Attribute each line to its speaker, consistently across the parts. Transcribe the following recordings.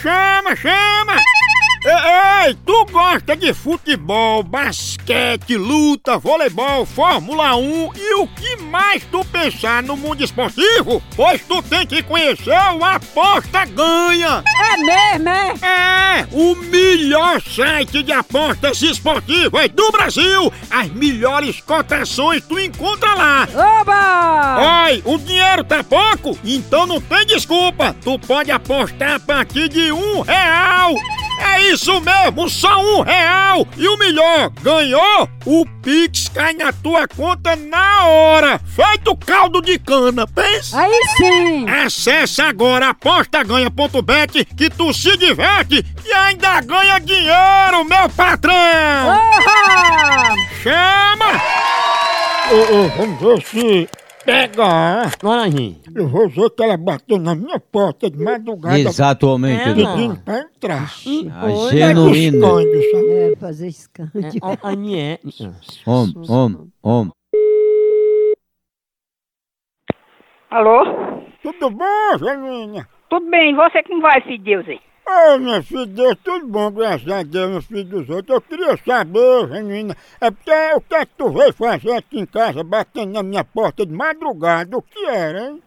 Speaker 1: chama, chama! Ei, ei, tu gosta de futebol, basquete, luta, voleibol, Fórmula 1 e o que mais tu pensar no mundo esportivo? Pois tu tem que conhecer o Aposta Ganha!
Speaker 2: É mesmo, é?
Speaker 1: É, o melhor site de apostas esportivas do Brasil! As melhores cotações tu encontra lá!
Speaker 2: Oba!
Speaker 1: Ai, o dinheiro tá pouco? Então não tem desculpa! Tu pode apostar a partir de um real! É isso mesmo, só um real! E o melhor, ganhou? O Pix cai na tua conta na hora! Feito caldo de cana, pensa!
Speaker 2: Aí sim!
Speaker 1: Acesse agora apostaganha.bet que tu se diverte e ainda ganha dinheiro, meu patrão!
Speaker 2: Oba!
Speaker 1: Chama! vamos ver se pega.
Speaker 3: Laranjinha.
Speaker 1: Eu vou ver que ela bateu na minha porta de madrugada
Speaker 4: Exatamente.
Speaker 3: É,
Speaker 4: Dudu.
Speaker 3: mano.
Speaker 1: pedindo pra entrar.
Speaker 4: Ah,
Speaker 3: Oi.
Speaker 1: Como é que
Speaker 4: genuíno.
Speaker 1: esconde, sabe?
Speaker 2: É, fazer escândalo.
Speaker 3: A- Anié.
Speaker 4: Homem, homem, homem.
Speaker 5: Alô?
Speaker 1: Tudo bom, Janina?
Speaker 5: Tudo bem, e você como vai, filho Deus aí?
Speaker 1: Ô, minha filha, Deus, tudo bom, graças a Deus, meu filho dos outros. Eu queria saber, Janina, é porque o que é que tu veio fazer aqui em casa, batendo na minha porta de madrugada? O que era, hein?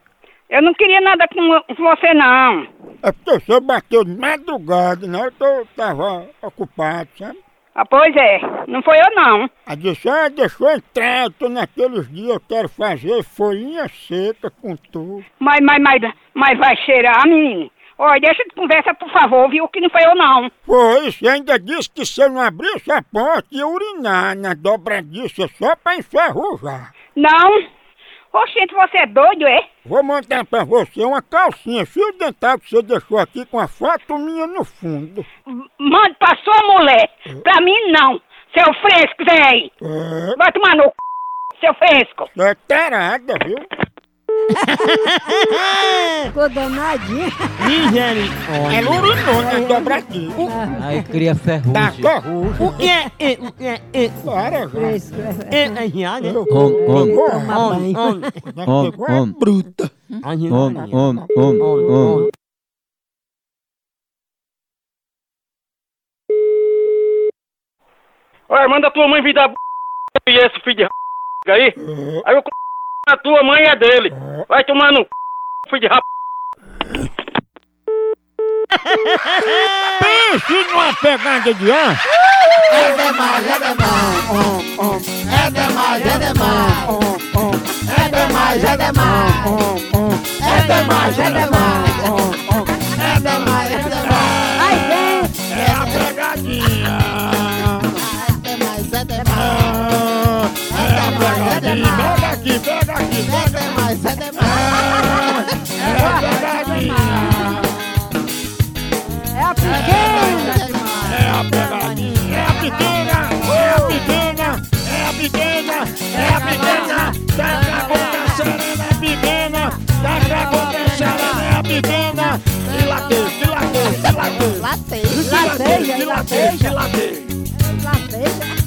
Speaker 5: Eu não queria nada com com você, não.
Speaker 1: É porque o senhor bateu de madrugada, né? Eu tô- tava ocupado, sabe?
Speaker 5: Ah, pois é, não foi eu, não.
Speaker 1: Aí disse, ah, deixou entrar, eu tô naqueles dias, eu quero fazer folhinha seca com tu.
Speaker 5: Mas, mas, mas, mas vai cheirar, menino. Olha, deixa de conversa, por favor, viu? Que não foi eu, não.
Speaker 1: Foi, você ainda disse que se eu não abrisse a porta ia urinar na dobradiça só pra enferrujar.
Speaker 5: Não? Oxente, você é doido, é?
Speaker 1: Vou mandar pra você uma calcinha fio dental que você deixou aqui com a foto minha no fundo.
Speaker 5: M- Manda pra sua mulher. Pra mim, não. Seu fresco, véi.
Speaker 1: É,
Speaker 5: Vai tomar no c... seu fresco.
Speaker 1: é tarada, viu?
Speaker 2: Ficou danadinha.
Speaker 3: Misericórdia.
Speaker 1: Ela urinou na dobradiça.
Speaker 4: Aí cria
Speaker 1: Tá
Speaker 4: ferrugem.
Speaker 1: corruja.
Speaker 3: O que é? é, O que é? é,
Speaker 1: Para, velho.
Speaker 2: Fresco, é.
Speaker 3: É, é, já, né?
Speaker 4: Homem, homem,
Speaker 2: Toma
Speaker 3: Homem,
Speaker 2: banho.
Speaker 3: homem.
Speaker 4: Homem,
Speaker 1: Pegou a é
Speaker 4: homem.
Speaker 1: bruta.
Speaker 3: Anié,
Speaker 4: homem,
Speaker 3: Anié.
Speaker 4: homem, homem, homem.
Speaker 6: Olha, manda tua mãe vir dar b... e esse filho de r... aí. Aí eu c... a tua mãe é dele. Vai tomar no c... filho de rap.
Speaker 1: Pense numa pegada de ar.
Speaker 2: Ai, vem!
Speaker 1: É a pegadinha. Ah, É a pegadinha. Pega aqui, pega aqui, pega aqui. É a pegadinha.
Speaker 2: É a pequena!
Speaker 1: É a pegadinha. É a pequena. É a pequena. É a pequena. É a pequena. Tá com a serena pequena. Tá com a serena é a pequena. Dilatei, dilatei, dilatei.
Speaker 2: Lateja, lateja,
Speaker 1: dilatei.
Speaker 2: lateja.